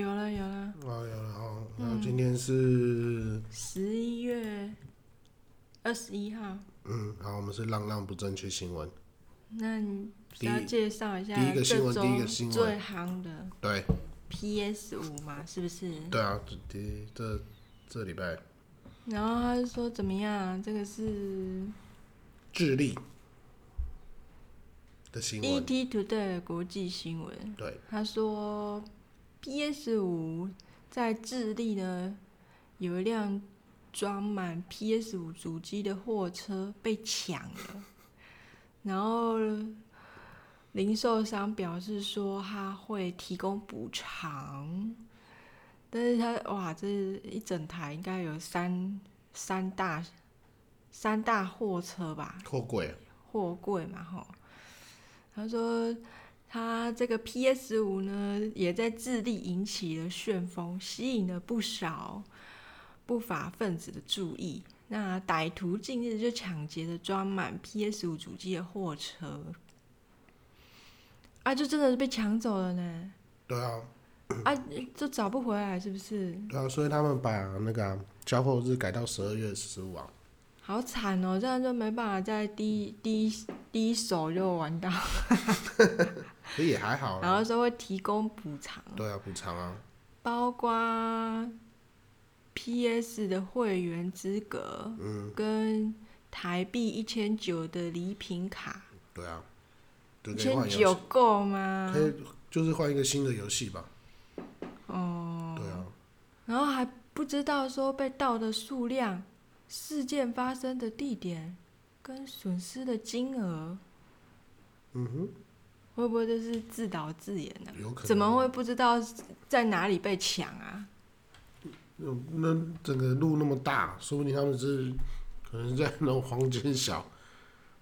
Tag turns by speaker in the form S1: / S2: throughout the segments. S1: 有了有了，
S2: 啊，有了好，
S1: 嗯
S2: 那今天是
S1: 十一月二十一号，
S2: 嗯，好，我们是浪浪不正确新闻，
S1: 那你
S2: 第
S1: 要介绍一下
S2: 第一个新
S1: 这
S2: 闻
S1: 周
S2: 第一个新闻
S1: 最夯的
S2: 对
S1: PS 五嘛，是不是？
S2: 对啊，这第这这礼拜
S1: 然后他就说怎么样？啊这个是
S2: 智利的新闻，
S1: ET E Today 的国际新闻。
S2: 对，
S1: 他说，PS 五在智利呢，有一辆装满 PS 五主机的货车被抢了，然后零售商表示说他会提供补偿，但是他哇，这一整台应该有三三大三大货车吧，
S2: 货柜
S1: 货柜嘛，吼。他说他这个 PS 五呢，也在智利引起了旋风，吸引了不少不法分子的注意。那歹徒近日就抢劫了装满 PS 五主机的货车，啊，就真的是被抢走了呢，
S2: 对啊，
S1: 啊，就找不回来，是不是？
S2: 对啊，所以他们把那个啊交货日改到十二月十五啊，
S1: 好惨哦，这样就没办法在第一第一第一手就玩到，
S2: 所以也还好
S1: 然
S2: 啦，
S1: 后说会提供补偿。
S2: 对啊，补偿啊，
S1: 包括 PS 的会员资格，
S2: 嗯，
S1: 跟台币一千九的礼品卡，
S2: 对啊，就
S1: 一
S2: 可以
S1: 千
S2: 换
S1: 九
S2: 游戏，
S1: 够吗
S2: 可？以就是换一个新的游戏吧，
S1: 哦，
S2: 对啊，
S1: 然后还不知道说被盗的数量、事件发生的地点跟损失的金额，
S2: 嗯哼，
S1: 会不会这是自导自演呢、
S2: 有可能
S1: 怎么会不知道在哪里被抢啊？
S2: 那那整个路那么大，说不定他们是可能在那种荒间小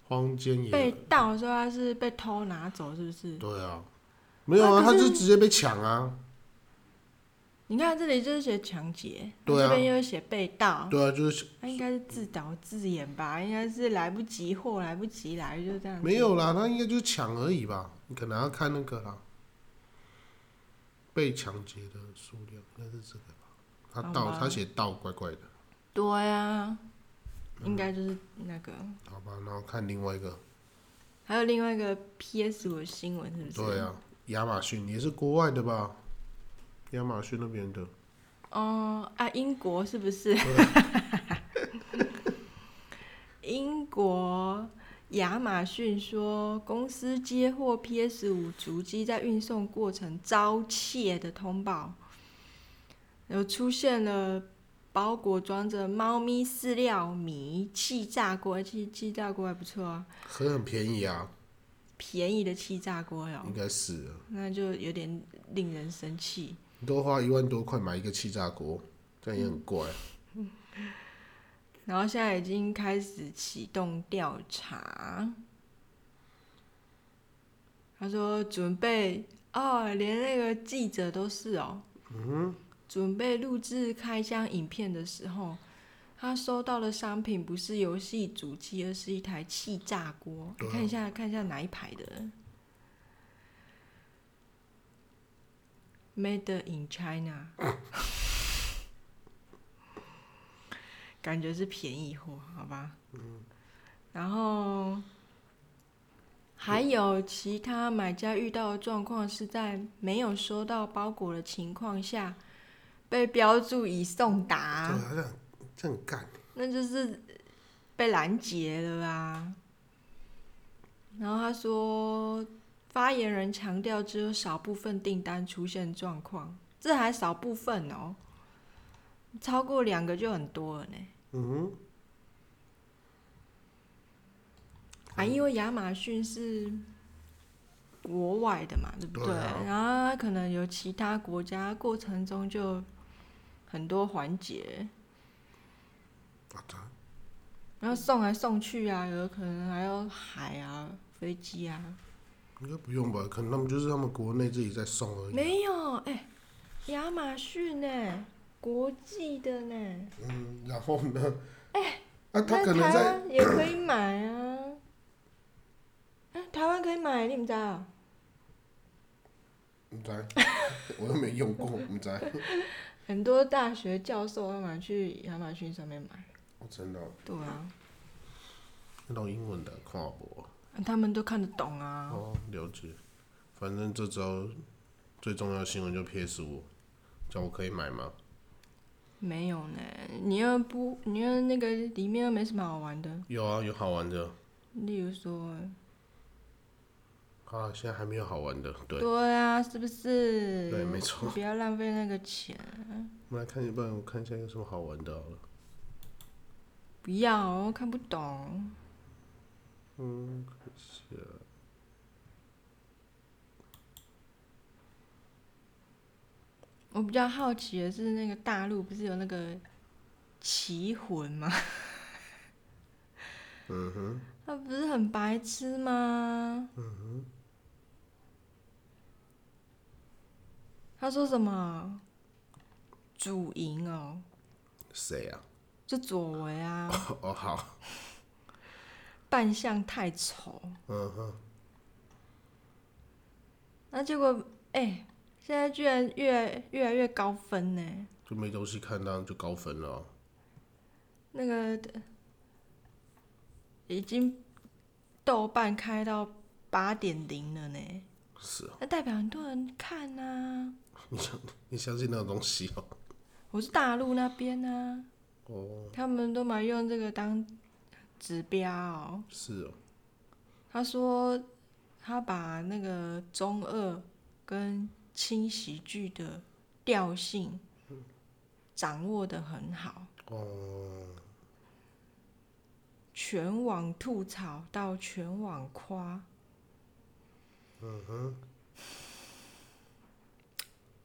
S2: 荒间
S1: 被
S2: 也
S1: 盗说他是被偷拿走，是不是？
S2: 对啊，没有啊，
S1: 可
S2: 他
S1: 是
S2: 就直接被抢啊，
S1: 你看这里就是写抢劫，
S2: 对啊
S1: 这边又写被盗，
S2: 对啊，就是
S1: 他应该是自导自演吧？应该是来不及货，来不及来，就这样。
S2: 没，有啦，他应该就是抢而已吧，你可能要看那个啦，被抢劫的数量应该是这个吧，他
S1: 好
S2: 盗
S1: 吧
S2: 他写盗怪怪的，
S1: 对啊，应该就是那个。
S2: 好吧，然后看另外一个，
S1: 还有另外一个 PS 五新闻是不是？
S2: 对。啊，亚马逊也是国外的吧，亚马逊那边的，
S1: 哦、啊，英国是不是？ 英国亚马逊说，公司接获 PS 五主机在运送过程遭窃的通报，有出现了包裹装着猫咪饲料米、气炸锅，气气炸锅还不错啊，
S2: 很很便宜啊，
S1: 便宜的气炸锅哟
S2: 应，该是啊。
S1: 那就有点令人生气。
S2: 你多花一万多块买一个气炸锅，这样也很怪。
S1: 然后现在已经开始启动调查。他说准备哦，连那个记者都是哦。
S2: 嗯
S1: 准备录制开箱影片的时候，他收到的商品不是游戏主机，而是一台气炸锅。
S2: 对啊
S1: 看一下，看一下哪一排的？Made in China，感觉是便宜货，好吧？然后还有其他买家遇到的状况是在没有收到包裹的情况下，被标注已送达，
S2: 对啊，这样这样干，
S1: 那就是被拦截了啊。然后他说，发言人强调只有少部分订单出现状况，这还少部分哦，超过两个就很多了呢。
S2: 嗯
S1: 啊，因为亚马逊是国外的嘛，对不对？
S2: 对啊
S1: 然后它可能有其他国家，过程中就很多环节，
S2: 哼，啊对啊
S1: 然后送来送去啊，有可能还有海啊、飞机啊，
S2: 应该不用吧？可能他们就是他们国内自己在送而已。
S1: 没有哎，亚马逊呢、国际的呢、
S2: 嗯，然后呢？哎、
S1: 那
S2: 啊，他可
S1: 台
S2: 能在
S1: 湾也可以买啊。啊台湾可以买，你们知道？
S2: 你知道？ 我又没用过，你知道？
S1: 很多大学教授他们去亚马逊上面买，
S2: 我真的哦
S1: 对啊，
S2: 那种英文的跨博。
S1: 他们都看得懂啊。
S2: 哦，了解。反正这周最重要的新闻就 PS 五，叫我可以买吗？
S1: 没有呢，你要不，你要那个里面又没什么好玩的，
S2: 有啊，有好玩的。
S1: 例如说，
S2: 啊，现在还没有好玩的。对，
S1: 对啊，是不是？
S2: 对没错
S1: 你不要浪费那个钱，
S2: 我们来看一半，我看一下有什么好玩的好了。
S1: 不要，我看不懂。我比较好奇的是，那个大陆不是有那个棋魂吗？
S2: 嗯哼，
S1: 他不是很白痴吗？嗯哼。他说什么？主赢哦，
S2: 谁啊？
S1: 就左为啊，
S2: 哦，好，
S1: 扮相太丑。
S2: 嗯哼，
S1: 那结果，哎、现在居然越来越来越高分呢。
S2: 就没东西看，当然就高分了哦、
S1: 那个已经豆瓣开到八点零了呢，
S2: 是哦，
S1: 那代表很多人看呐、
S2: 你相信那种东西哦？
S1: 我是大陆那边呐、
S2: 哦，
S1: 他们都蛮用这个当指标哦。
S2: 是哦，
S1: 他说他把那个中二跟轻喜剧的调性掌握的很好，
S2: 哦，
S1: 全网吐槽到全网夸，
S2: 嗯哼，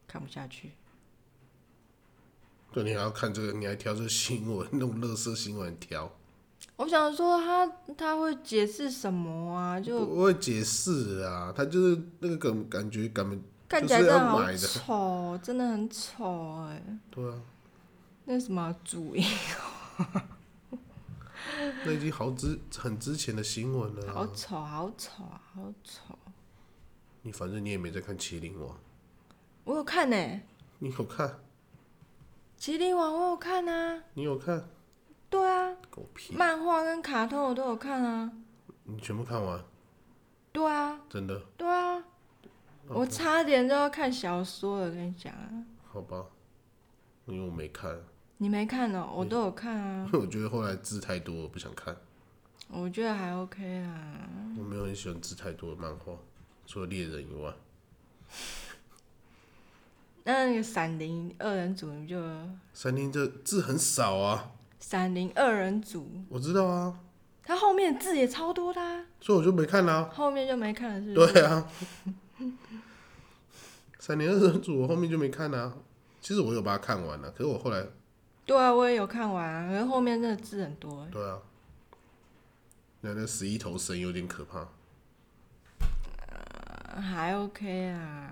S1: 看不下去。
S2: 对，你还要看这个，你还挑这新闻，那种乐色新闻挑，
S1: 我想说他他会解释什么啊？就
S2: 不会解释啊，他就是那个感感觉感觉，
S1: 看起来真的好
S2: 就是
S1: 丑哦，真的很丑哎、
S2: 对啊，
S1: 那什么主意，
S2: 那已经好之很之前的新闻了、
S1: 好
S2: 啊，
S1: 丑，好丑，好丑！
S2: 你反正你也没在看麒麟王，
S1: 我有看呢、
S2: 你有看？
S1: 麒麟王》我有看啊，
S2: 你有看？
S1: 对啊，
S2: 狗屁，
S1: 漫画跟卡通我都有看啊，
S2: 你全部看完，
S1: 对啊，
S2: 真的？
S1: 对啊，
S2: 嗯
S1: 我差点就要看小说了，跟你讲啊，
S2: 好吧，因为我没看，
S1: 你没看哦，
S2: 嗯
S1: 我都有看啊
S2: 因，为我觉得后来字太多，我不想看。
S1: 我觉得还 OK 啊啦。
S2: 我没有很喜欢字太多的漫画，除了猎人以外，
S1: 那那个《闪灵》二人组你就《
S2: 三天这字很少啊，
S1: 闪灵》二人组，
S2: 我知道啊，
S1: 它后面字也超多的、啊，
S2: 所以我就没看啦、
S1: 后面就没看了，是不是？
S2: 对啊，三年二人组我后面就没看啦、其实我有把它看完了、可是我后来
S1: 对啊，我也有看完、啊，可是后面真的字很多欸、
S2: 对啊，那那十一头神有点可怕，
S1: 呃还 OK 啊。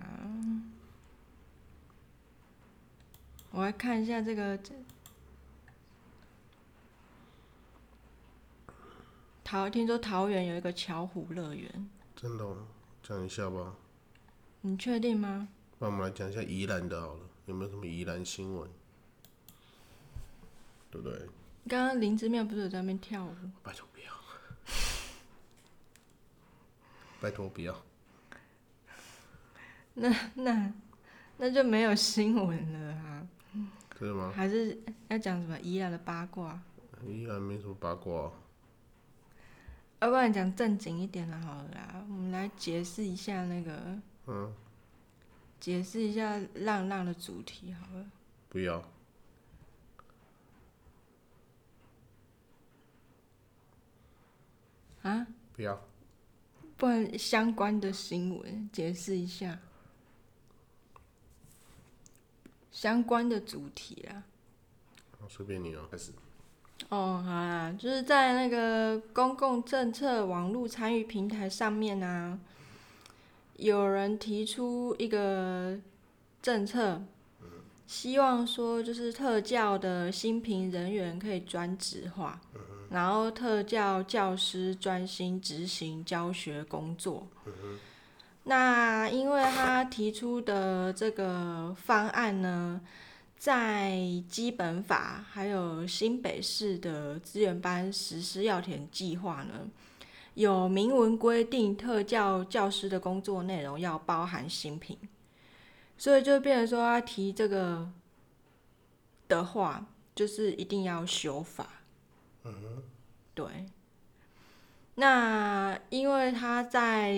S1: 我来看一下这个这桃，听说桃园有一个巧虎乐园，
S2: 真的、哦，讲一下吧。
S1: 你确定吗？
S2: 那我们来讲一下宜兰的好了，有没有什么宜兰新闻？对不对？
S1: 刚刚林之妙不是有在那边跳舞？
S2: 拜托不要， 拜托不要。
S1: 那那就没有新闻了啊！
S2: 真的吗？
S1: 还是要讲什么宜兰的八卦？
S2: 依然没什么八卦、啊。
S1: 啊要不然讲正经一点的好了啦。我们来解释一下那个，
S2: 嗯，
S1: 解释一下浪浪的主题好了。
S2: 不要。
S1: 啊？
S2: 不要。
S1: 不然相关的新闻解释一下，相关的主题啦。
S2: 好随便你哦、开始。
S1: 哦，好啦，就是在那个公共政策网络参与平台上面啊，有人提出一个政策，希望说就是特教的新评人员可以专职化，然后特教教师专心执行教学工作。那因为他提出的这个方案呢，在基本法还有新北市的资源班实施要填计划呢，有明文规定特教教师的工作内容要包含新品，所以就变成说他提这个的话，就是一定要修法。对。那因为他在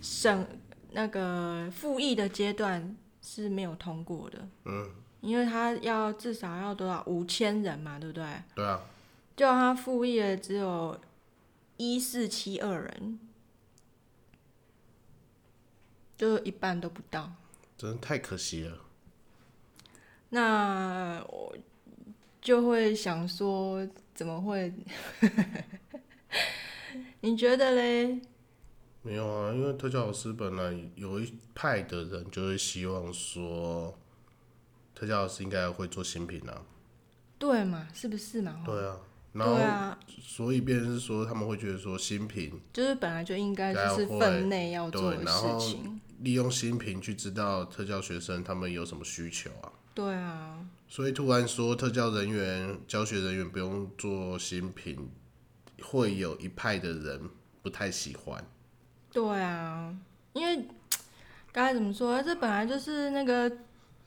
S1: 审那个复议的阶段是没有通过的，嗯，因为他要至少要多少五千人嘛，对不对？
S2: 对啊，
S1: 就他复议的只有一四七二人，就一半都不到。
S2: 真的太可惜了。
S1: 那我就会想说，怎么会？ 你觉得嘞？
S2: 没有啊，因为特教老师本来有一派的人就会希望说，特教老师应该会做新品啊，
S1: 对嘛？是不是嘛？
S2: 对啊，然
S1: 对
S2: 后
S1: 啊，
S2: 所以变成是说他们会觉得说新品
S1: 就是本来就应该
S2: 啊
S1: 就是分内要做的事情。
S2: 利用新品去知道特教学生他们有什么需求啊，
S1: 对啊，
S2: 所以突然说特教人员、教学人员不用做新品，会有一派的人不太喜欢。
S1: 对啊，因为该怎么说？这本来就是那个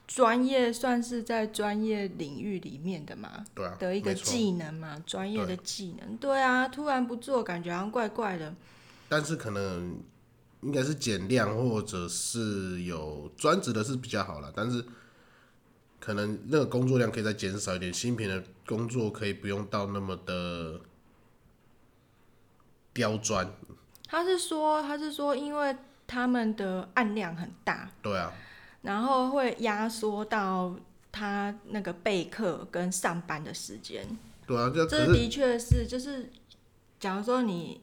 S1: 专业，算是在专业领域里面的嘛。
S2: 对啊，
S1: 的一个
S2: 没错
S1: 技能嘛，专业的技能。对啊，突然不做，感觉好像怪怪的。
S2: 但是可能应该是减量，或者是有专职的是比较好啦。但是可能那个工作量可以再减少一点，新品的工作可以不用到那么的刁钻。
S1: 他是说，他是说，因为他们的案量很大，
S2: 对啊，
S1: 然后会压缩到他那个备课跟上班的时间。
S2: 对啊，这可
S1: 这
S2: 是
S1: 的确是，就是假如说你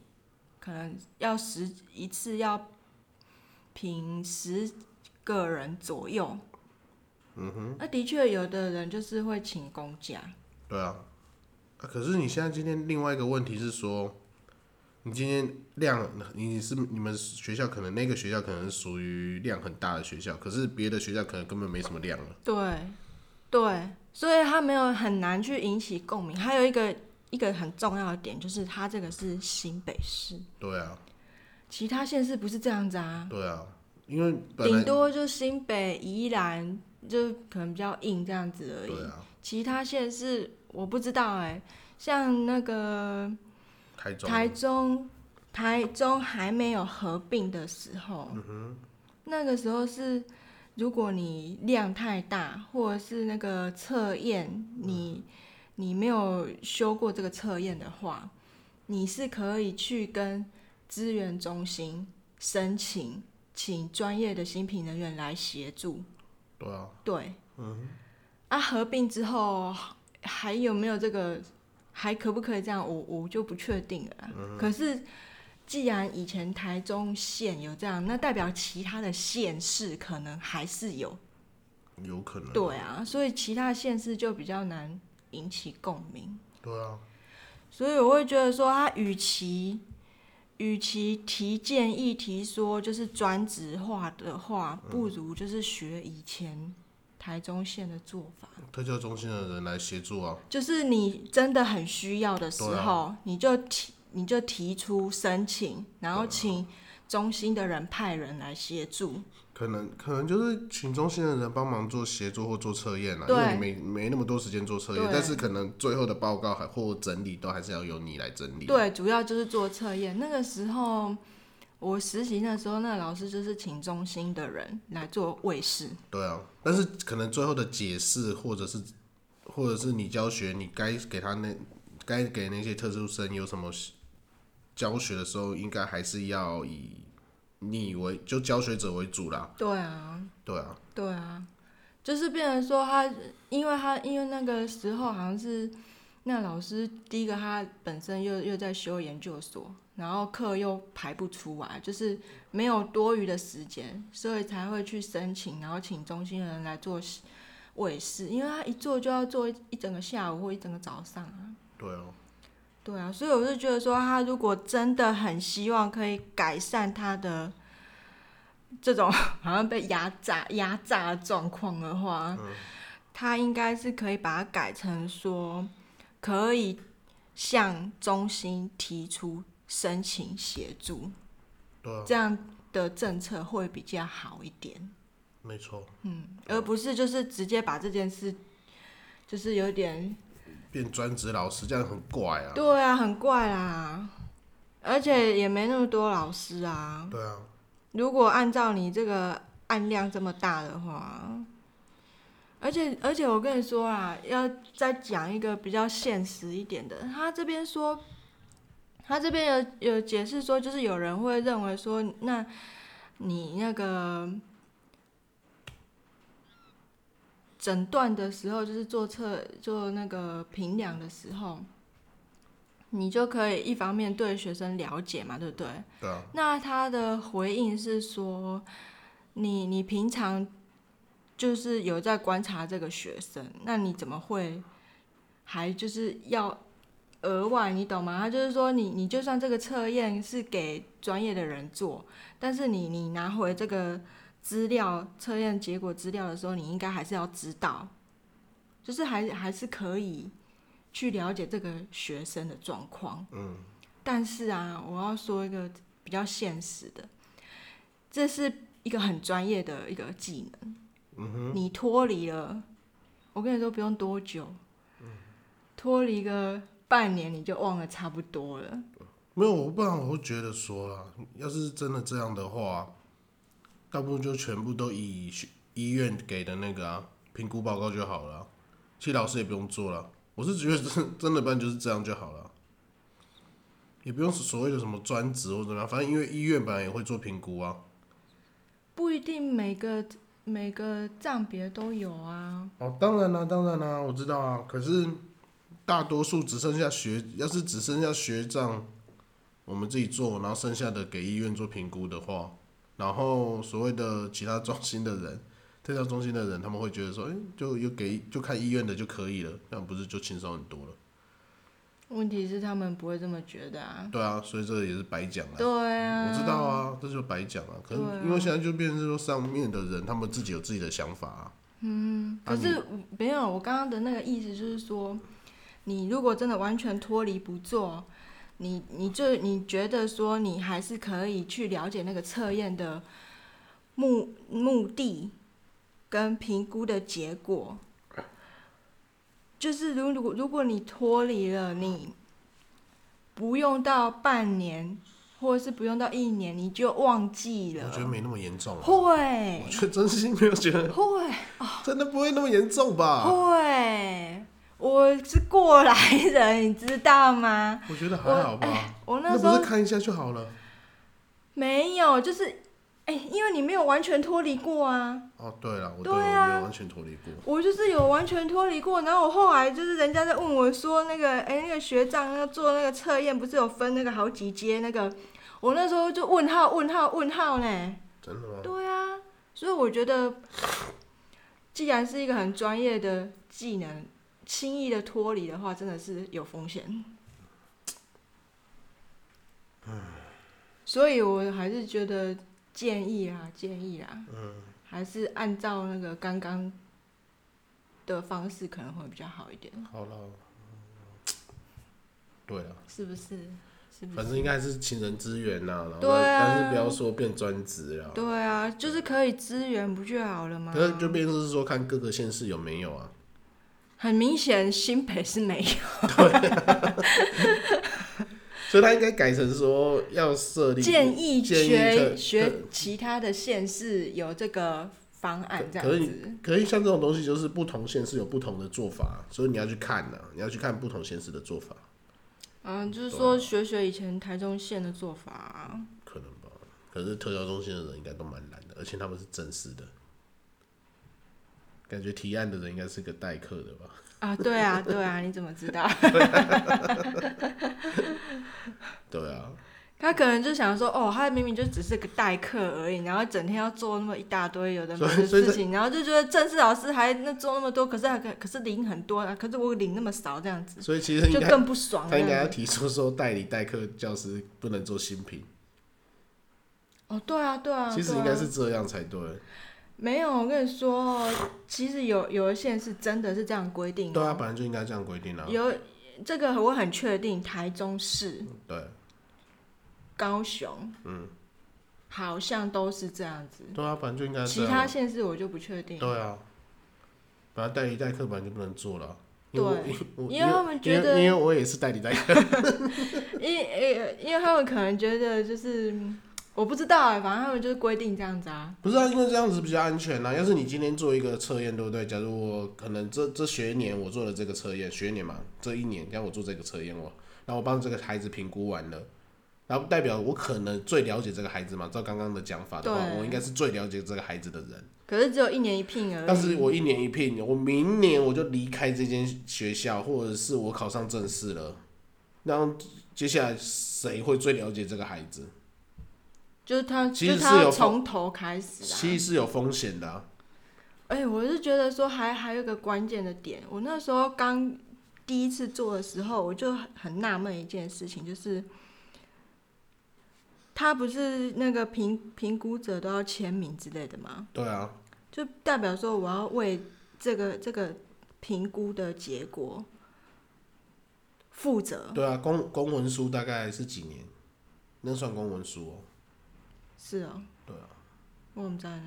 S1: 可能要十一次要评十个人左右，嗯哼，那的确有的人就是会请公假，
S2: 对啊，啊可是你现在今天另外一个问题是说，你今天量你是你们学校可能那个学校可能是属于量很大的学校，可是别的学校可能根本没什么量了。
S1: 对，对，所以他没有很难去引起共鸣。还有一个一个很重要的点就是，他这个是新北市，
S2: 对啊，
S1: 其他县市不是这样子啊，
S2: 对啊，因为本
S1: 顶
S2: 来
S1: 多就新北、宜兰就可能比较硬这样子而
S2: 对
S1: 已。
S2: 啊，
S1: 其他县市我不知道哎、像那个
S2: 台中
S1: 台中，台中还没有合并的时候，那个时候是如果你量太大，或者是那个测验你、你没有修过这个测验的话，你是可以去跟资源中心申请，请专业的新品人员来协助。
S2: 对啊，
S1: 对，嗯，啊，合并之后还有没有这个，还可不可以这样？我我就不确定了啦。可是，既然以前台中县有这样，那代表其他的县市可能还是有。
S2: 有可能
S1: 对啊，所以其他县市就比较难引起共鸣。
S2: 对啊，
S1: 所以我会觉得说，他与其与其提建议提说就是专职化的话，不如就是学以前台中县的做法。
S2: 特教中心的人来协助啊，
S1: 就是你真的很需要的时
S2: 对
S1: 候，你就提你就提出申请，然后请中心的人派人来协助。
S2: 可能可能就是请中心的人帮忙做协作或做测验啊啦，因
S1: 对
S2: 为你没没那么多时间做测验
S1: 对，
S2: 但是可能最后的报告还或整理都还是要由你来整理。
S1: 对，主要就是做测验。那个时候我实习那时候，那个老师就是请中心的人来做卫士。
S2: 对啊，但是可能最后的解释或者是或者是你教学，你该给他那该给那些特殊生有什么教学的时候，应该还是要以你为就教学者为主啦。
S1: 对啊，
S2: 对啊，
S1: 对啊，就是变成说他，因为他因为那个时候好像是那老师第一个他本身又又在修研究所，然后课又排不出来，就是没有多余的时间，所以才会去申请，然后请中心的人来做卫视，因为他一做就要做一一整个下午或一整个早上啊。
S2: 对啊，
S1: 对啊，所以我是觉得说，他如果真的很希望可以改善他的这种 好像被压榨、压榨的状况的话，
S2: 嗯
S1: 它应该是可以把它改成说，可以向中心提出申请协助，
S2: 对啊，
S1: 这样的政策会比较好一点。
S2: 没错，
S1: 嗯，而不是就是直接把这件事，就是有点
S2: 变专职老师这样很怪啊。
S1: 对啊，很怪啦，而且也没那么多老师啊。
S2: 对啊，
S1: 如果按照你这个案量这么大的话，而且而且我跟你说啊，要再讲一个比较现实一点的，他这边说，他这边有有解释说，就是有人会认为说，那你那个诊断的时候，就是做测做那个评量的时候。你就可以一方面对学生了解嘛，对不对？
S2: 对啊，
S1: 那他的回应是说，你你平常就是有在观察这个学生，那你怎么会还就是要额外，你懂吗？他就是说你，你就算这个测验是给专业的人做，但是你你拿回这个资料测验结果资料的时候，你应该还是要知道，就是还还是可以去了解这个学生的状况。
S2: 嗯，
S1: 但是啊，我要说一个比较现实的，这是一个很专业的一个技能。
S2: 嗯
S1: 你脱离了，我跟你说不用多久，
S2: 嗯
S1: 脱离个半年你就忘了差不多了。
S2: 没有，我不然我会觉得说啊，要是真的这样的话，大部分就全部都以学医院给的那个啊评估报告就好了啊、其实老师也不用做了。啊我是觉得真真的，不然就是这样就好了，啊也不用所谓的什么专职或怎么样，反正因为医院本来也会做评估啊。
S1: 不一定每个每个账别都有啊。
S2: 哦，当然啦、当然啦、我知道啊。可是大多数只剩下学，要是只剩下学账，我们自己做，然后剩下的给医院做评估的话，然后所谓的其他中心的人，特教中心的人，他们会觉得说，哎、就又给就看医院的就可以了，那不是就轻松很多了？
S1: 问题是他们不会这么觉得啊。
S2: 对啊，所以这个也是白讲了。
S1: 对啊，
S2: 我知道啊，这就白讲啊。可是
S1: 对啊
S2: 因为现在就变成是说上面的人，他们自己有自己的想法啊。嗯，
S1: 可是我没有，我刚刚的那个意思就是说，你如果真的完全脱离不做，你你就你觉得说你还是可以去了解那个测验的目目的跟评估的结果，就是如如果如果你脱离了，你不用到半年或者是不用到一年，你就忘记
S2: 我
S1: 了
S2: 觉，得没那么严重、啊。
S1: 会
S2: 我觉得真心没有觉得
S1: 会。
S2: 真的不会那么严重吧？
S1: 会，我是过来人，你知道吗？
S2: 我觉得
S1: 我
S2: 还好吧。
S1: 我
S2: 啊那
S1: 那时
S2: 不是
S1: 候
S2: 看一下就好了？
S1: 没有，就是哎、因为你没有完全脱离过啊，
S2: 哦，对了，我
S1: 对
S2: 我
S1: 啊
S2: 没有完全脱离过。
S1: 我就是有完全脱离过。然后我后来就是人家在问我说，那个哎、那个学长要做那个测验，不是有分那个好几阶那个，我那时候就问号问号问号呢。
S2: 真的吗？
S1: 对啊，所以我觉得，既然是一个很专业的技能，轻易的脱离的话，真的是有风险。所以我还是觉得建议啊，建议啊，
S2: 嗯，
S1: 还是按照那个刚刚的方式可能会比较好一点，
S2: 好了。嗯对了，
S1: 是不是？是不
S2: 反
S1: 是？
S2: 正应该是情人之缘呐，然后
S1: 对啊
S2: 但是不要说变专职了。
S1: 对啊，就是可以支援不就好了吗？
S2: 可是就变成是说看各个县市有没有啊？
S1: 很明显，新北是没有
S2: 所以他应该改成说要设立
S1: 建议
S2: 建议
S1: 学
S2: 特
S1: 学
S2: 特
S1: 其他的县市有这个方案这样
S2: 可以
S1: 子。
S2: 可是像这种东西，就是不同县市有不同的做法，所以你要去看呐、你要去看不同县市的做法，
S1: 嗯，就是说
S2: 啊
S1: 学学以前台中县的做法啊，
S2: 可能吧。可是特教中心的人应该都蛮懒的，而且他们是正式的，感觉提案的人应该是个代课的吧？
S1: 啊对啊，对啊， 你怎么知道？
S2: 对啊，
S1: 他可能就想说，哦，他明明就只是个代课而已，然后整天要做那么一大堆有的没
S2: 所以
S1: 的
S2: 所以这
S1: 事情，然后就觉得正式老师还那做那么多，可是还可可是领很多啊，可是我领那么少这样子，
S2: 所以其实应
S1: 就
S2: 该
S1: 更不爽
S2: 他应该要
S1: 了。
S2: 提出说代理代课教师不能做新品，
S1: 哦，对啊，对啊，
S2: 其实
S1: 对
S2: 应
S1: 啊
S2: 该是这样才对。
S1: 没有。我跟你说，其实有有的县是真的是这样规定的
S2: 对啊，本来就应该这样规定啊。
S1: 有这个我很确定，台中市、
S2: 对，
S1: 高雄，嗯，好像都是这样子。
S2: 对啊，本来就应该这
S1: 其
S2: 样
S1: 他
S2: 啊。
S1: 县市我就不确定。
S2: 对啊，本来代理代课本来就不能做了啊。因为
S1: 对
S2: 我，
S1: 因为他们觉
S2: 因
S1: 得
S2: 为因为我也是代理代课，
S1: 因因因为他们可能觉得就是嗯我不知道哎、反正他们就是规定这样子啊。
S2: 不是啊，因为这样子比较安全呐、啊。要是你今天做一个测验，对不对？假如我可能这这学年我做了这个测验，学年嘛，这一年让我做这个测验，我然后我帮这个孩子评估完了，然后代表我可能最了解这个孩子嘛。照刚刚的讲法的话，
S1: 对
S2: 我应该是最了解这个孩子的人。
S1: 可是只有一年一聘而已。
S2: 但是我一年一聘，我明年我就离开这间学校，或者是我考上正式了，那接下来谁会最了解这个孩子？
S1: 就是他，
S2: 其
S1: 就
S2: 实
S1: 是
S2: 是
S1: 他
S2: 有
S1: 要从头开始
S2: 其
S1: 啊。
S2: 实是有风险的啊、
S1: 哎、我是觉得说还还有一个关键的点，我那时候刚第一次做的时候，我就很很纳闷一件事情，就是他不是那个评评估者都要签名之类的吗？
S2: 对啊，
S1: 就代表说我要为这个这个评估的结果负责，
S2: 对啊，公公文书大概是几年？那算公文书哦。
S1: 是哦。
S2: 对啊。
S1: 我怎么知道呢？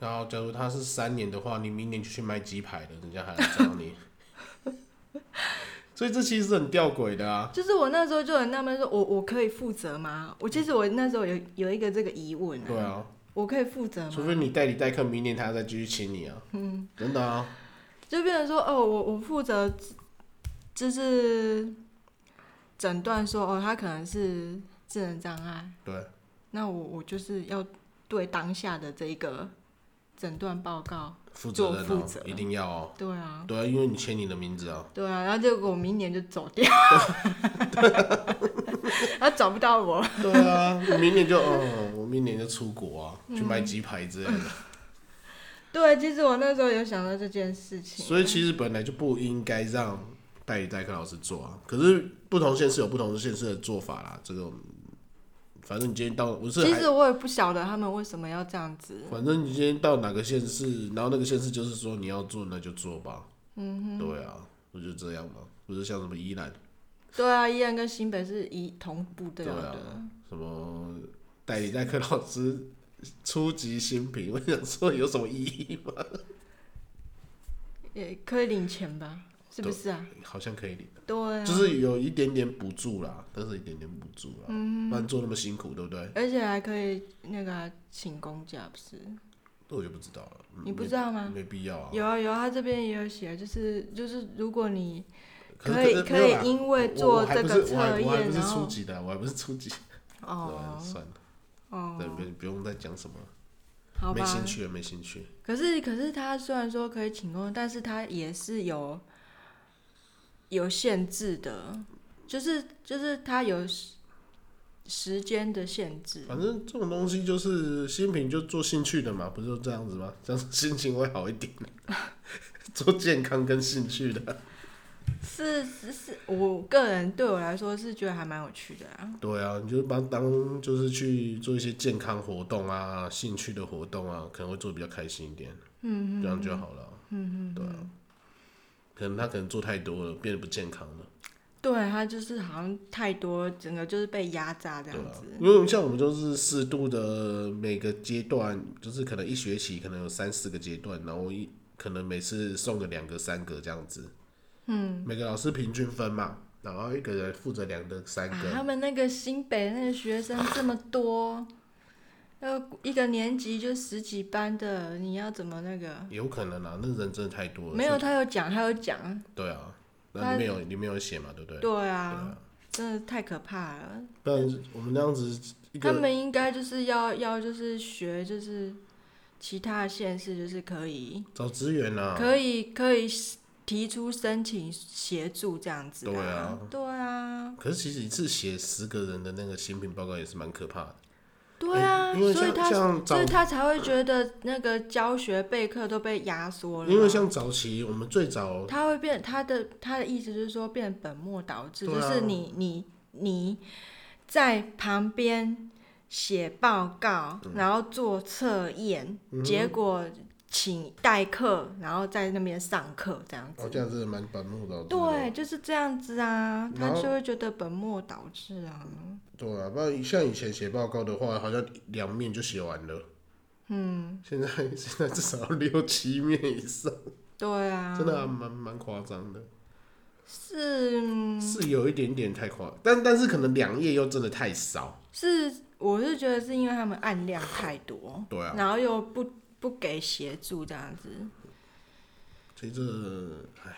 S2: 然后，假如他是三年的话，你明年就去卖鸡排了，人家还来找你。 所以这其实很吊诡的啊。
S1: 就是我那时候就很纳闷，说我我可以负责吗？我其实我那时候有有一个这个疑问、
S2: 对啊，
S1: 我可以负责
S2: 除
S1: 吗？
S2: 非你代理代课，明年他再继续请你啊。嗯，真的啊。
S1: 就变成说，哦，我我负责，就是诊断说，哦，他可能是智能障碍，
S2: 对，
S1: 那我我就是要对当下的这一个诊断报告，
S2: 负责任
S1: 做
S2: 哦
S1: 负责，
S2: 一定要哦。
S1: 对啊，
S2: 对啊，因为你签你的名字啊。
S1: 对啊，然后结果我明年就走 掉，他找不到我，
S2: 对啊，你明年就嗯，我明年就出国啊，去卖鸡排之类的。
S1: 对，其实我那时候有想到这件事情，
S2: 所以其实本来就不应该让代理代课老师做啊。可是不同县市有不同县市的做法啦，这种反正你今天到我是
S1: 其
S2: 还
S1: 实我也不晓得他们为什么要这样子。
S2: 反正你今天到哪个县市，然后那个县市就是说你要做那就做吧。嗯哼，对啊，不就这样吗？不是像什么宜兰
S1: 对啊，依然跟新北是一同步的。
S2: 对啊什么代理代课老师初级新品， 我想说有什么意义吗？
S1: 也可以领钱吧？是不是啊？
S2: 好像可以领，
S1: 对啊，
S2: 就是有一点点补助啦，但是一点点补助啦，嗯、不然做那么辛苦，对不对？
S1: 而且还可以那个啊请公假，不是？
S2: 那我就不知道了。嗯
S1: 你不
S2: 没
S1: 知道吗
S2: 嗯没必要啊。
S1: 有啊有啊，他这边也有写，就是就是，如果你
S2: 可是
S1: 可以
S2: 可是
S1: 可
S2: 没
S1: 以
S2: 有啦
S1: 因为
S2: 我
S1: 做
S2: 我还
S1: 这
S2: 不
S1: 个
S2: 是
S1: 测
S2: 我还我还不
S1: 验
S2: 是
S1: 然后
S2: 初级的，啊我还不是初级，
S1: 哦
S2: 对， 算了，
S1: 哦，
S2: 对，别不用再讲什么了，
S1: 好
S2: 没
S1: 吧
S2: 兴。趣了，没兴趣。
S1: 可是可是他虽然说可以请公，但是他也是有有限制的，就是就是他有时时间的限制。
S2: 反正这种东西就是新品就做兴趣的嘛，不是就这样子吗？这样心情会好一点。 做健康跟兴趣的，
S1: 是是是，我个人对我来说是觉得还蛮有趣的啊。
S2: 对啊，你就把它当就是去做一些健康活动啊、兴趣的活动啊，可能会做得比较开心一点，
S1: 嗯
S2: 这样就好了。嗯嗯，对啊，可能他可能做太多了，变得不健康了。
S1: 对他就是好像太多，整个就是被压榨这
S2: 对
S1: 样
S2: 啊
S1: 子。，
S2: 因为像我们就是适度的每个阶段，就是可能一学期可能有三四个阶段，然后一可能每次送个两个三个这样子。嗯，每个老师平均分嘛，然后一个人负责两个三
S1: 啊
S2: 个。
S1: 他们那个新北那个学生这么多，那个一个年级就十几班的，你要怎么那个？
S2: 有可能啊，那人真的太多了。
S1: 没有，
S2: 所以
S1: 他有讲，他有讲。
S2: 对啊，那
S1: 他
S2: 里面有里面有写嘛，对不对？
S1: 对
S2: 对
S1: 啊，
S2: 啊，
S1: 真的太可怕了。
S2: 不然我们那样子一
S1: 他
S2: 个
S1: 们应该就是要要就是学就是其他的县市就是可以
S2: 找资源啊，
S1: 可以可以提出申请协助这样子、
S2: 对啊，
S1: 对啊，
S2: 可是其实一次写十个人的那个新品报告也是蛮可怕的。
S1: 对啊，
S2: 因为
S1: 所以
S2: 像
S1: 他
S2: 像早
S1: 所以他才会觉得那个教学备课都被压缩了啊，
S2: 因为像早期我们最早
S1: 他会变他的他的意思就是说变本末倒置，
S2: 对
S1: 就
S2: 啊
S1: 是你你你在旁边写报告，然后做测验，
S2: 嗯
S1: 结果请代课，然后在那边上课这样
S2: 哦，
S1: 子。
S2: 这样真的蛮本末倒置的。哦
S1: 对，就是这样子啊，他
S2: 然后
S1: 就会觉得本末倒置啊。
S2: 对啊，不然像以前写报告的话，好像两面就写完了。嗯，现在 现在至少要六七面以上，
S1: 对啊，
S2: 真的还蛮蛮夸张的，
S1: 是嗯
S2: 是有一点点太夸，但但是可能两页又真的太少。
S1: 是，我是觉得是因为他们案量太多，
S2: 对啊，
S1: 然后又不不给协助这样子，
S2: 所以这唉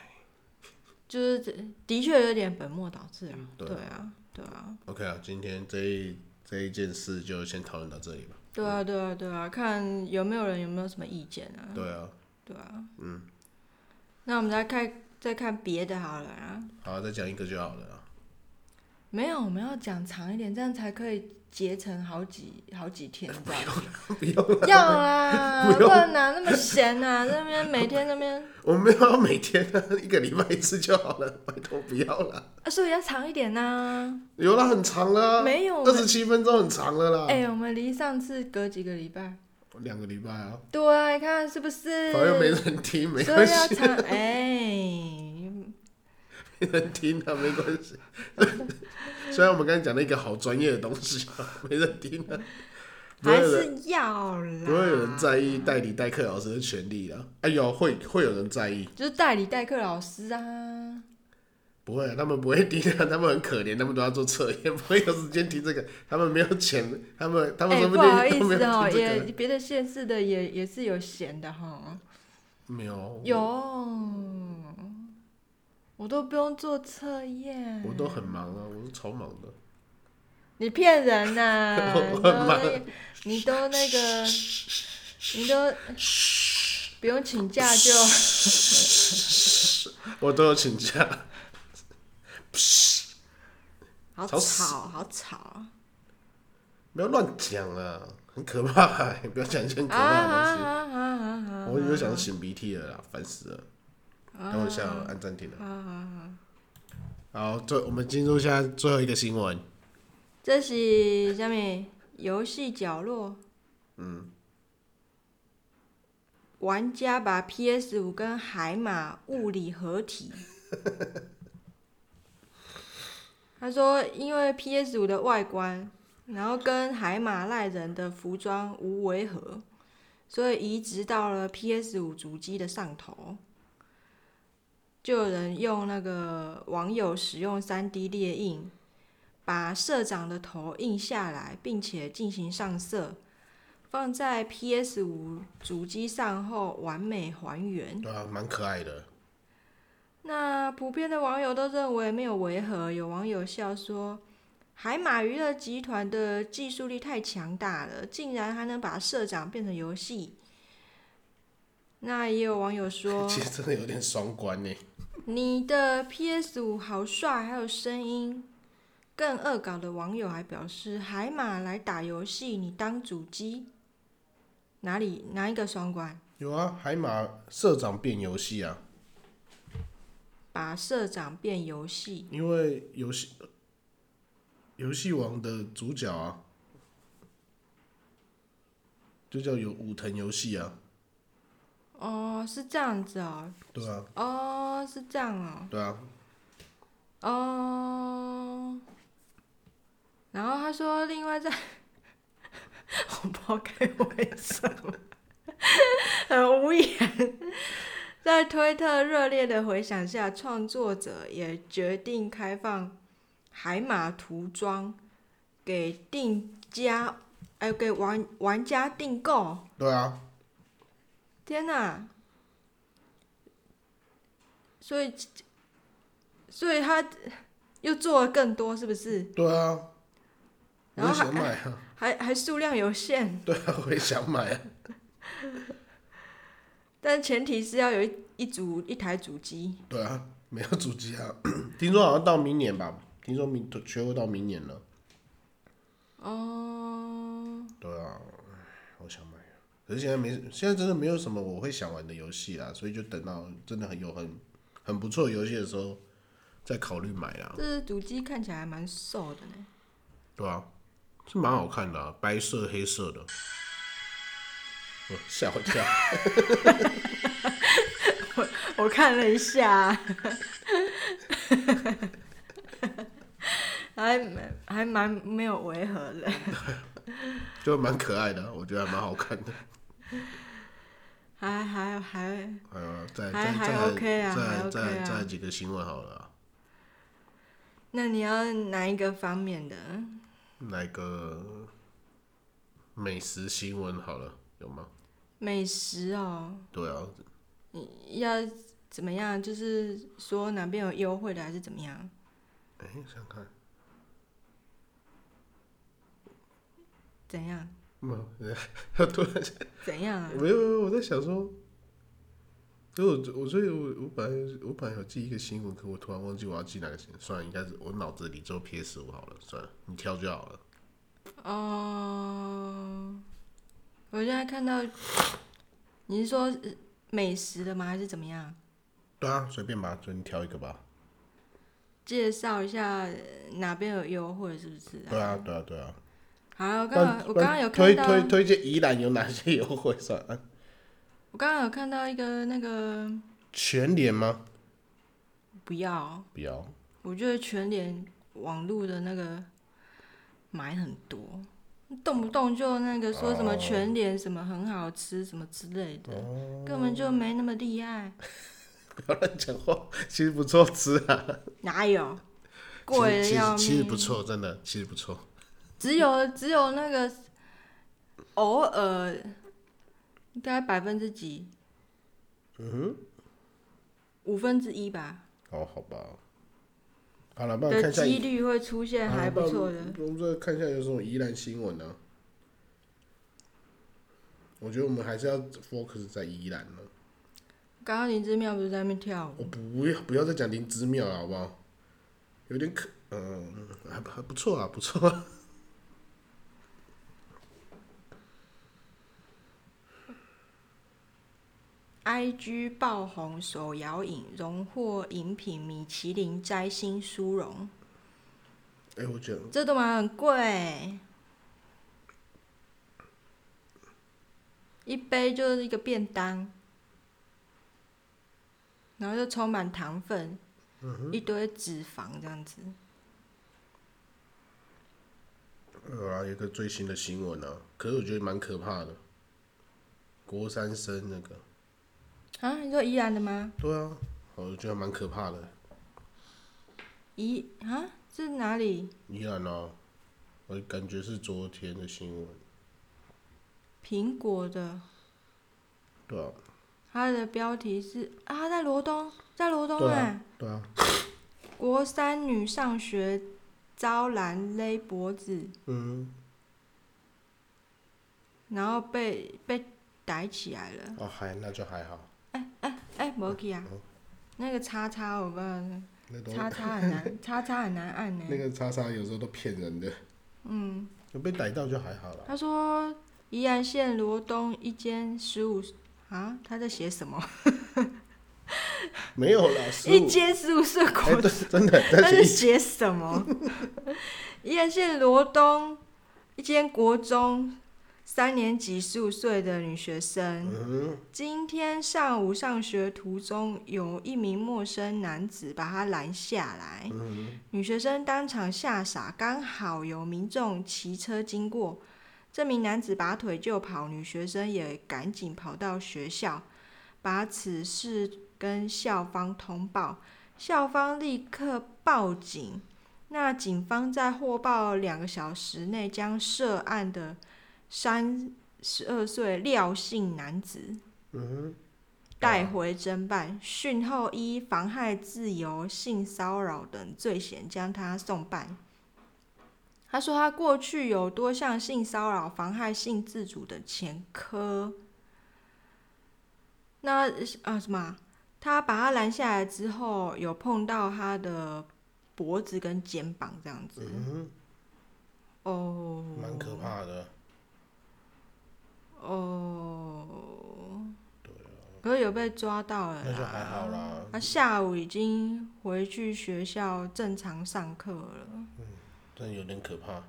S1: 就是这的确有点本末倒置啊。
S2: 嗯对
S1: 对啊，对啊，
S2: ，OK 啊，今天这一这一件事就先讨论到这里吧。
S1: 对啊，对啊，对啊，看有没有人有没有什么意见啊？
S2: 对啊，
S1: 对啊，嗯，那我们再看再看别的好了啊。
S2: 好，再讲一个就好了啊。
S1: 没有，我们要讲长一点，这样才可以结成好几好几天这样。
S2: 不用，
S1: 要啊，
S2: 不用
S1: 不然哪那么闲啊？那边每天那边
S2: 我们没有要每天啊， 一个礼拜一次就好了，拜托不要了。
S1: 啊，所以要长一点啊呐、
S2: 有啦，很长啦，
S1: 没有，我
S2: 二
S1: 们
S2: 十七分钟很长了啦。
S1: 哎、我们离上次隔几个礼拜。
S2: 两个礼拜啊，
S1: 对啊，你看是不是？
S2: 反正没人听，没
S1: 所
S2: 关
S1: 以要
S2: 系，
S1: 长哎。
S2: 没人听啊，没关系。 虽然我们刚才讲了一个好专业的东西啊，没人听啊，不会
S1: 还
S2: 有人
S1: 是要啦，
S2: 不会有人在意代理代课老师的权利啊。哎呦，会会有人在意，
S1: 就是代理代课老师啊，
S2: 不会、啊，他们不会听啊， 他们很可怜，他们都要做测验，不会有时间听这个，他们没有钱，他们他们
S1: 哎、
S2: 说
S1: 不
S2: 定
S1: 好意
S2: 都没
S1: 思哦、
S2: 有听这
S1: 也
S2: 个，
S1: 别的县市的也也是有闲的哈，
S2: 没有，
S1: 有，我都不用做测验，
S2: 我都很忙啊，我是超忙的。
S1: 你骗人呐、
S2: 我很忙
S1: 你都那你都那个，你都不用请假就
S2: 我都有请假，
S1: 好
S2: 吵死
S1: 吵，好吵
S2: 不要乱讲啊，很可怕、 欸，不要讲一些很可
S1: 啊
S2: 怕的东西。
S1: 啊啊啊啊！
S2: 我又想擤鼻涕了啦，烦死了。等我一下，我按暂停了。
S1: 啊
S2: 好，最我们进入下最后一个新闻。
S1: 这是下面游戏角落。嗯。玩家把 PS 五跟海马物理合体。他说，因为 PS 五的外观，然后跟海马赖人的服装无违和，所以移植到了 PS 五主机的上头。就有人用那个网友使用 3D 列印，把社长的头印下来，并且进行上色，放在 PS 五主机上后完美还原。
S2: 对啊，蛮可爱的。
S1: 那普遍的网友都认为没有违和，有网友笑说。海马娱乐集团的技术力太强大了，竟然还能把社长变成游戏。那也有网友说，
S2: 其实真的有点双关呢。
S1: 你的 PS 五好帅，还有声音。更恶搞的网友还表示，海马来打游戏，你当主机，哪里哪一个双关？
S2: 有啊，海马社长变游戏啊，
S1: 把社长变游戏，
S2: 因为游戏游戏王的主角啊，就叫有武藤游戏啊。
S1: 哦，是这样子哦，
S2: 对啊，
S1: 哦，是这样哦，
S2: 对啊，
S1: 哦。然后他说，另外在， 我不知道该为什么，很无言。在推特热烈的回响下，创作者也决定开放海马涂装给定家，哎，给玩玩家订购。
S2: 对啊，
S1: 天哪！所以，所以他又做了更多，是不是？
S2: 对啊。我
S1: 然后
S2: 也
S1: 还
S2: 想买 啊，
S1: 还还数量有限，
S2: 对啊，我也想买啊。
S1: 但前提是要有一一组一台主机。
S2: 对啊，没有主机啊， 听说好像到明年吧，听说明全部到明年了。
S1: 哦，
S2: 对啊，我想买，啊可是现在没，现在真的没有什么我会想玩的游戏啦，所以就等到真的很有很很不错的游戏的时候再考虑买啦，啊
S1: 这主机看起来还蛮瘦的呢。
S2: 对啊，是蛮好看的、啊，白色黑色的。哦吓我一跳！
S1: 我看了一下， 还蛮还蛮没有违和的。
S2: 就蛮可爱的啊，我觉得还蛮好看的。
S1: 还还还，
S2: 哎呀，再
S1: 还
S2: 再
S1: 还
S2: 再
S1: OK 啊还
S2: 再
S1: OK
S2: 再
S1: 啊
S2: 再几个新闻好了啊，
S1: 那你要哪一个方面的？
S2: 来个美食新闻好了，有吗？
S1: 美食哦，
S2: 对啊，
S1: 你要怎么样？就是说哪边有优惠的，还是怎么样？
S2: 哎、想看，
S1: 怎样？
S2: 没有， 突然想
S1: 怎样啊？
S2: 没有没有，我在想说，所以我我所以我我本来我本来有记一个新闻，可我突然忘记我要记哪个新闻，算了，应该是我脑子里只有 PS 五好了，算了，你挑就好了。
S1: 哦，我现在看到，你是说呃美食的吗？还是怎么样？
S2: 对啊，随便吧，所以你挑一个吧。
S1: 介绍一下呃哪边有优惠，是不是、
S2: 对啊，对啊，对啊。
S1: 好，我刚刚我刚刚有
S2: 推
S1: 看到，
S2: 推推荐宜兰有哪些优惠算？啊
S1: 我刚刚有看到一个那个
S2: 全联吗？
S1: 不要，哦
S2: 不要，
S1: 我觉得全联网络的那个买很多，动不动就那个说什么
S2: 哦
S1: 全联什么很好吃什么之类的，根本就没那么厉害，
S2: 不要乱讲话。其实不错吃啊，
S1: 哪有贵的
S2: 其实
S1: 要
S2: 其实其实
S1: 命
S2: 不。错，真的，其实不错。
S1: 只有只有那个偶尔，大概百分之几？嗯
S2: 嗯
S1: 五分之一吧
S2: 哦，好吧。好了，帮我看
S1: 的
S2: 一下啊
S1: 几率会出现
S2: 好
S1: 还不错
S2: 那
S1: 的。
S2: 我们再看一下有什么宜兰新闻呢、我觉得我们还是要 focus 在宜兰了。
S1: 刚刚林之妙不是在那边跳
S2: 我
S1: 舞？
S2: 不要不要再讲灵芝庙了，好不好？有点可，嗯，还还不错啊，不错啊。
S1: IG 爆红手摇饮荣获饮品米其林摘星殊荣，
S2: 哎、我觉得
S1: 这都蛮很贵，一杯就是一个便当，然后又充满糖分，
S2: 嗯
S1: 一堆脂肪这样子。
S2: 有啊，有一个最新的新闻啊，可是我觉得蛮可怕的。国三生那个，
S1: 啊，你说宜兰的吗？
S2: 对啊，我觉得蛮可怕的。
S1: 宜啊，这是哪里？
S2: 依然啊，我感觉是昨天的新闻，
S1: 苹果的，
S2: 对啊，
S1: 它的标题是啊，在罗东，在罗东
S2: 对
S1: 哎、
S2: 啊，对啊，
S1: 国三女上学遭拦勒脖子，
S2: 嗯，
S1: 然后被被逮起来了。
S2: 哦，还那就还好，
S1: 哎、没去啊，
S2: 哦
S1: 那个叉叉我不知道，
S2: 那东西
S1: 叉叉很 难，叉叉很难按呢、
S2: 那个叉叉有时候都骗人的，
S1: 嗯，
S2: 有被逮到就还好啦。
S1: 他说宜兰县罗东一间十五啊，他在写什么？
S2: 没有啦，十
S1: 一
S2: 五，
S1: 间十五岁
S2: 哎、
S1: 国
S2: 对，真的，
S1: 他
S2: 但
S1: 是
S2: 是
S1: 写什么？宜兰县罗东一间国中三年级十五岁的女学生，今天上午上学途中，有一名陌生男子把她拦下来，女学生当场吓傻，刚好有民众骑车经过。这名男子拔腿就跑，女学生也赶紧跑到学校，把此事跟校方通报。校方立刻报警。那警方在获报两个小时内将涉案的三十二岁廖姓男子
S2: 嗯
S1: 带回侦办，讯后依妨害自由、性骚扰等罪嫌将他送办。他说他过去有多项性骚扰、妨害性自主的前科。那啊什么啊？他把他拦下来之后，有碰到他的脖子跟肩膀这样子。
S2: 嗯
S1: 哦
S2: 哼，蛮可怕的。啊
S1: 哦，可是有被抓到了啦。
S2: 啊那就还好啦。
S1: 他下午已经回去学校正常上课了。
S2: 真的有点可怕。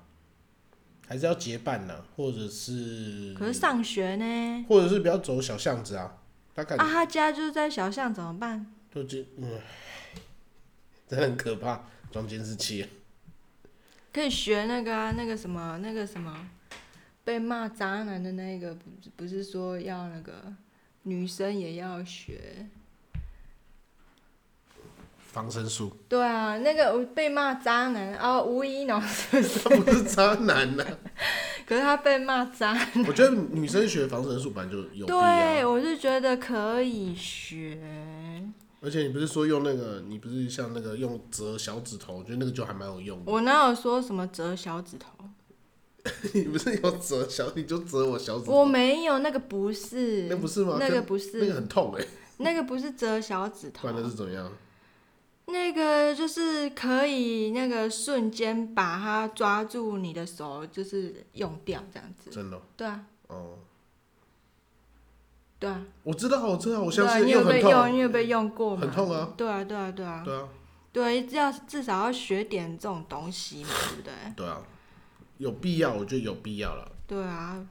S2: 还是要结伴呢、或者是
S1: 可是上学呢？
S2: 或者是不要走小巷子啊，他感
S1: 啊，他家就是在小巷，怎么办？
S2: 就这嗯，真的很可怕，装监视器啊、
S1: 可以学那个啊，那个什么，那个什么，被骂渣男的那个，不是不是说要那个女生也要学？
S2: 防身术，
S1: 对啊，那个被骂渣男啊，吴一农是不是？
S2: 他 不是渣男呐、
S1: 可是他被骂渣男，
S2: 我觉得女生学防身术本来就有必
S1: 对
S2: 要，
S1: 我是觉得可以学。
S2: 而且你不是说用那个，你不是像那个用折小指头，我觉得那个就还蛮有用 的。
S1: 我哪有说什么折小指头？
S2: 你不是有折小，你就折我小指头，
S1: 我没有，那个不是，
S2: 那不是吗？
S1: 那个
S2: 跟
S1: 不
S2: 那个
S1: 是，
S2: 很痛哎、
S1: 那个不是折小指
S2: 不
S1: 头
S2: 然，那是怎么样？
S1: 那个就是可以那个瞬间把它抓住你的手，就是用掉这样子。
S2: 真的哦
S1: 对啊，
S2: 哦，
S1: 对啊，
S2: 我知道，我知道，我
S1: 对
S2: 相
S1: 啊，
S2: 信
S1: 你有
S2: 很
S1: 被
S2: 痛，
S1: 用，你有被用过吗？
S2: 很痛啊，
S1: 对啊，对啊，对啊，
S2: 对啊，
S1: 对，要至少要学点这种东西嘛，对不对？
S2: 对啊，有必要，我觉得有必要了。
S1: 对啊，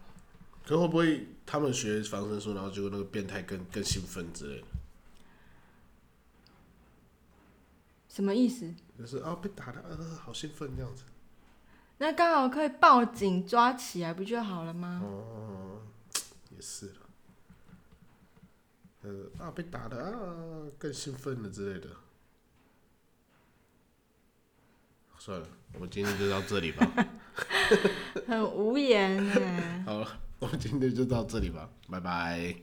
S2: 可会不会他们学防身术，然后结果那个变态更更兴奋之类的？
S1: 什么意思？
S2: 就是啊，被打了，呃，好兴奋这样 子。
S1: 那刚好可以报警抓起来不就好了吗？
S2: 哦，也是了。呃啊，被打了啊，更兴奋了之类的。算了，我们今天就到这里吧。
S1: 很无言哎、
S2: 好了，我们今天就到这里吧，拜拜。